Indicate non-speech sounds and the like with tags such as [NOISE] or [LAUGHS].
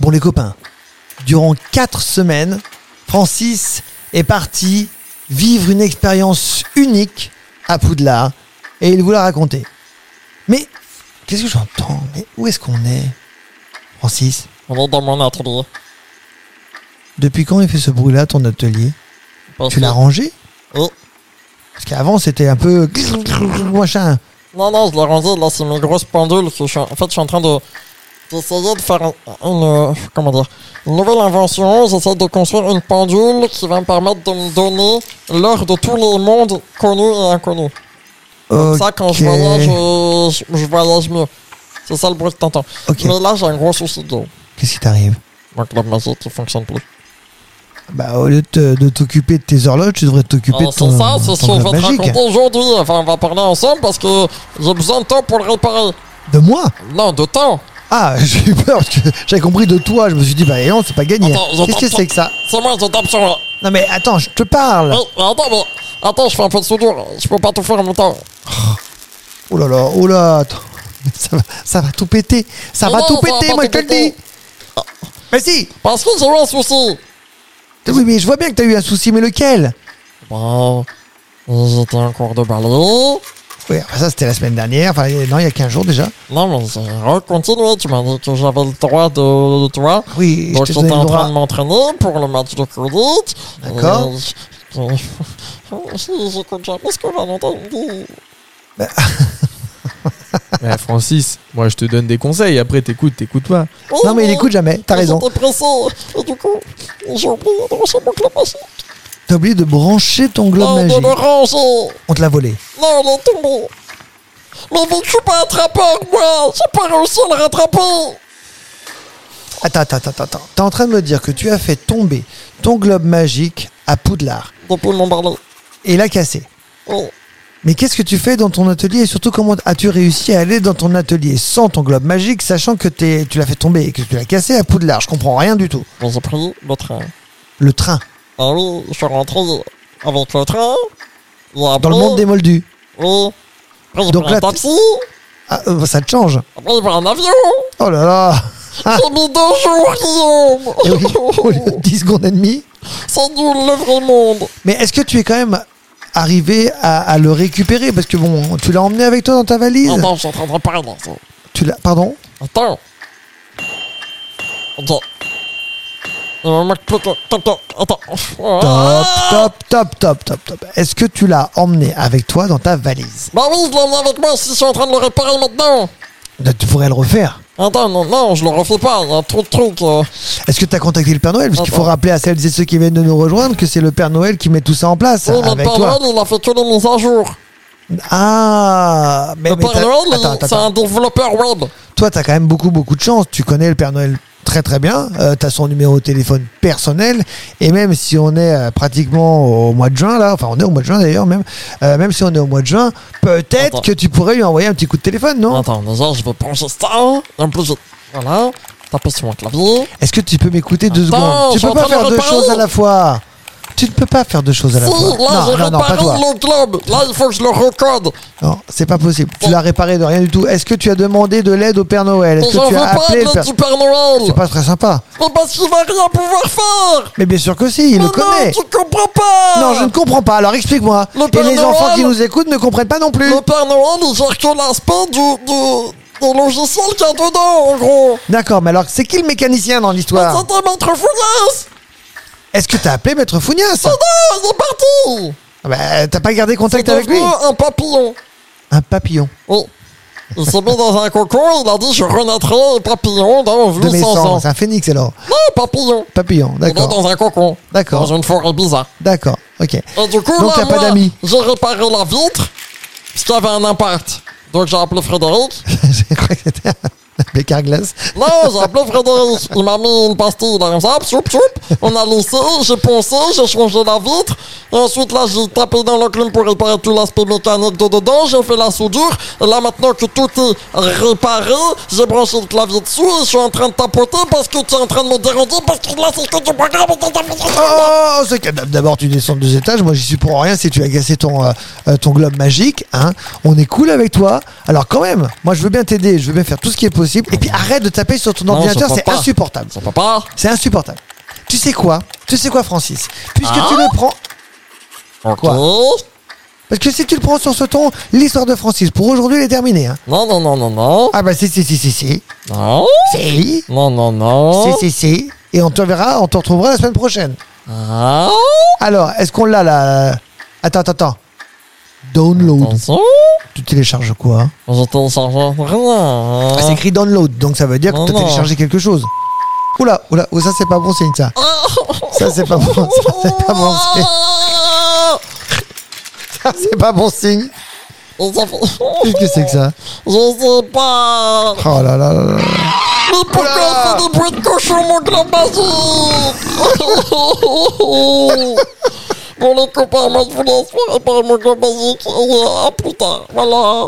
Bon les copains, durant quatre semaines, Francis est parti vivre une expérience unique à Poudlard et il vous la raconter. Mais qu'est-ce que j'entends Mais où est-ce qu'on est Francis, On est dans mon atelier. depuis quand il fait ce bruit-là ton atelier Parce Tu l'as que- Oh. rangé Oui. Parce qu'avant c'était un peu machin. Non, non, je l'ai rangé. Là, c'est mes grosses pendules. que je suis en en fait, je suis en train de. J'essayais de faire un- une. euh, Comment dire Une nouvelle invention. J'essaie de construire une pendule qui va me permettre de me donner l'heure de tous les mondes connus et inconnus. Comme ça, quand je Ok. voyage, euh, je, je voyage mieux. C'est ça le bruit que t'entends. Ok. Mais là, j'ai un gros souci de. Qu'est-ce qui t'arrive Ma club magique, il fonctionne plus. Bah au lieu de te- de t'occuper de tes horloges, tu devrais t'occuper Alors, de Ah, C'est ton, ça, c'est ton ce que je globe vais te magique. raconter aujourd'hui. Enfin, on va parler ensemble parce que j'ai besoin de temps pour le réparer. De moi Non, de temps. Ah, [LAUGHS] j'ai eu peur, parce que j'avais compris de toi, je me suis dit, bah non, c'est pas gagné. Attends, j'entends Qu'est-ce que pas. c'est que ça C'est moi, je tape sur la- Non mais attends, je te parle Mais- mais attends, mais attends, je fais un peu de soudure. Je peux pas tout faire en même temps. Oh là là, oh là, attends. [LAUGHS] Ça va, ça va tout péter, ça Mais va non, tout ça va péter, pas moi je te tout le péter. Ah. dis Mais si Parce que j'ai eu un souci. Oui, mais je vois bien que t'as eu un souci, mais lequel Bah, j'étais en cours de balai. Oui, enfin, ça c'était la semaine dernière, enfin non, il y a 15 jours déjà. Non, mais j'ai recontinué. Tu m'as dit que j'avais le droit de. Tu vois Oui, Donc je te j'étais donnais le en train droit. de m'entraîner pour le match de Quidditch. D'accord. Euh, je- [LAUGHS] J'écoute jamais ce que Valentin me dit. Mais Eh, Francis, moi je te donne des conseils, après t'écoutes, t'écoutes pas. Oui, Non mais il oui, écoute jamais, t'as raison. J'étais pressé. Et du coup, j'ai oublié de ranger mon club magique. T'as oublié de brancher ton globe Non, de magique. le ranger. On te l'a volé. Non, il est tombé. Mais vu que je suis pas attrapeur, moi, j'ai pas réussi à le rattraper. Attends, attends, attends, attends. T'es en train de me dire que tu as fait tomber ton globe magique à Poudlard Depuis mon balai. et l'a cassé. Oui. Mais qu'est-ce que tu fais dans ton atelier et surtout comment as-tu réussi à aller dans ton atelier sans ton globe magique, sachant que t'es- tu l'as fait tomber et que tu l'as cassé à Poudlard Je comprends rien du tout. Mais j'ai pris le train. Le train, Ah oui, je suis rentré avec le train. Et après, dans le monde des moldus. Oui. Après, j'ai Donc pris là, un taxi. Ah, euh, ça te change. Après, j'ai pris un avion. Oh là là J'ai mis deux jours, Guillaume. Eh oui, [LAUGHS] au lieu de 10 secondes et demie. C'est nul, le vrai monde. Mais est-ce que tu es quand même arrivé à, à le récupérer Parce que bon, tu l'as emmené avec toi dans ta valise. Attends, je suis en train de réparer, là, ça. Tu l'as, pardon Attends. Attends. Il me manque plus que... Attends, attends. Ah. Top, top, top, top, top, top. Est-ce que tu l'as emmené avec toi dans ta valise Bah oui, je l'emmène avec moi si je suis en train de le réparer maintenant. Là, Tu pourrais le refaire. Attends, non, non, je le refais pas, il y a trop de trucs. euh. Est-ce que tu as contacté le Père Noël Parce qu'il faut Attends. rappeler à celles et ceux qui viennent de nous rejoindre que c'est le Père Noël qui met tout ça en place Oui, mais le avec Père Noël, toi. il a fait que les mises à jour. Ah mais, Le mais t'as- Père Noël, attends, il- attends, c'est un attends. développeur web. toi t'as quand même beaucoup beaucoup de chance. Tu connais le Père Noël très très bien. Euh, t'as son numéro de téléphone personnel et même si on est euh, pratiquement au mois de juin là, enfin on est au mois de juin d'ailleurs même, euh, même si on est au mois de juin, peut-être Attends. que tu pourrais lui envoyer un petit coup de téléphone, non Attends, déjà, je vais brancher ça. Et En plus, je... voilà, taper sur mon clavier. Est-ce que tu peux m'écouter deux secondes Attends, Tu je suis peux pas en train de faire deux reparler. choses à la fois. Tu ne peux pas faire deux choses à la Si, fois. là, j'ai Non, non, non, pas réparé toi. le globe. Là, il faut que je le recode. Non, c'est pas possible. Tu Bon. l'as réparé de rien du tout. Est-ce que tu as demandé de l'aide au Père Noël Mais Est-ce j'en que veux tu as pas appelé de le l'aide Père du Père Noël. C'est pas très sympa. Mais parce qu'il va rien pouvoir faire. Mais bien sûr que si, il Mais le Oh non, connaît. tu comprends pas. Non, je ne comprends pas. Alors explique-moi. Le Et Père les Noël- enfants qui nous écoutent ne comprennent pas non plus. Le Père Noël, il gère que l'aspect du, du, du logiciel qu'il y a dedans, en gros. D'accord, mais alors c'est qui le mécanicien dans l'histoire C'était Maître Fouillasse Est-ce que t'as appelé Maître Fougnas Non, il est parti Ah bah, T'as pas gardé contact C'est avec lui devenu un papillon. Un papillon Oui. Il s'est mis dans un cocon, il a dit « Je renaîtrai un papillon dans de mes 800 sens, ans. un phénix alors. » Non, papillon. Papillon, Il est d'accord, dans un cocon. D'accord. Dans une forêt bizarre. d'accord, ok. [LAUGHS] Et du coup, Donc, là, t'as pas moi, d'amis. j'ai réparé la vitre, ce qui avait un impact. Donc, j'ai appelé Frédéric. Je crois que c'était un bécard glace. Non, j'ai appelé Frédéric. Il m'a mis une pastille dans comme ça, pchoup, pchoup. On a laissé, j'ai poncé, j'ai changé la vitre. Et ensuite, là, j'ai tapé dans le clim pour réparer tout l'aspect mécanique de dedans. J'ai fait la soudure. Et là, maintenant que tout est réparé, j'ai branché le clavier dessus et je suis en train de tapoter parce que tu es en train de me déranger parce que là, c'est que du programme. Oh, ce cadavre D'abord, tu descends de deux étages. Moi, j'y suis pour rien si tu as cassé ton, euh, euh, ton globe magique. Hein. On est cool avec toi. Alors, quand même, moi, je veux bien t'aider. Je veux bien faire tout ce qui est possible. Et puis arrête de taper sur ton Non, ordinateur, j'entends c'est pas. insupportable. Ça peut pas C'est insupportable. Tu sais quoi Tu sais quoi, Francis Puisque Ah tu le prends. Ok. Quoi Parce que si tu le prends sur ce ton, l'histoire de Francis pour aujourd'hui elle est terminée. hein. Non, non, non, non, non. Ah bah si, si, si, si, si. Non. Si. Non, non, non. Si, si, si. Et on te verra, on te retrouvera la semaine prochaine. Ah. Alors, est-ce qu'on l'a là Attends, attends, attends. Download. Attention. Tu télécharges quoi hein Je télécharge rien. Ah, C'est écrit download, donc ça veut dire que Non, tu as non. téléchargé quelque chose. Oula, oula, oh, ça c'est pas bon signe ça. Ça c'est pas bon, [LAUGHS] ça c'est pas bon signe. Ah. Ça c'est pas bon signe. Et ça fait- Qu'est-ce que c'est que ça Je sais pas. Oh là là là là. Mais pourquoi Oula. il fait des bruits de cochon, mon grand basique Bon les copains, moi je vous laisse par mon grand basique. Et, euh, À plus tard, voilà.